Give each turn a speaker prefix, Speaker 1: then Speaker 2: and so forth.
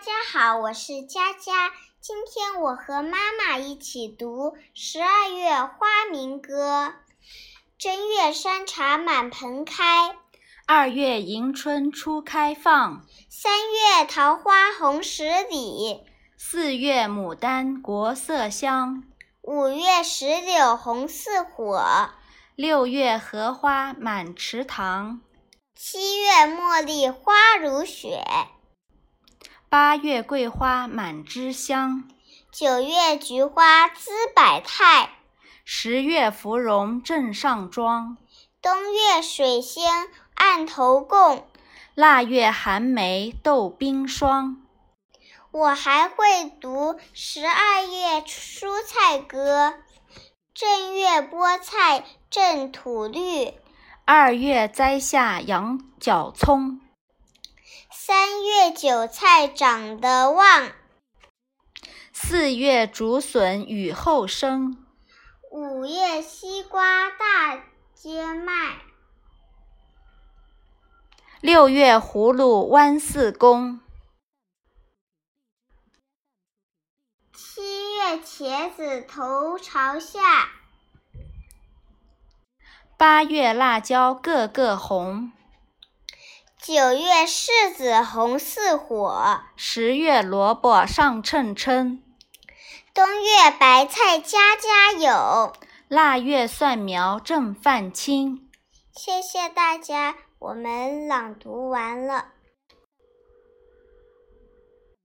Speaker 1: 家好，我是佳佳。今天我和妈妈一起读《十二月花明歌》。正月山茶满盆开，
Speaker 2: 二月迎春初开放，
Speaker 1: 三月桃花红十里，
Speaker 2: 四月牡丹国色香，
Speaker 1: 五月石榴红似火，
Speaker 2: 六月荷花满池塘，
Speaker 1: 七月茉莉花如雪，
Speaker 2: 八月桂花满枝香，
Speaker 1: 九月菊花姿百态。
Speaker 2: 十月芙蓉正上妆，
Speaker 1: 冬月水仙案头供，
Speaker 2: 腊月寒梅斗冰霜。
Speaker 1: 我还会读十二月蔬菜歌：正月菠菜正吐绿，
Speaker 2: 二月栽下羊角葱，
Speaker 1: 三月韭菜长得旺，
Speaker 2: 四月竹笋雨后生，
Speaker 1: 五月西瓜大街卖，
Speaker 2: 六月葫芦湾四公，
Speaker 1: 七月茄子头朝下，
Speaker 2: 八月辣椒个个红，
Speaker 1: 九月柿子红似火，
Speaker 2: 十月萝卜上秤称，
Speaker 1: 冬月白菜家家有。
Speaker 2: 腊月蒜苗正泛青。
Speaker 1: 谢谢大家，我们朗读完了。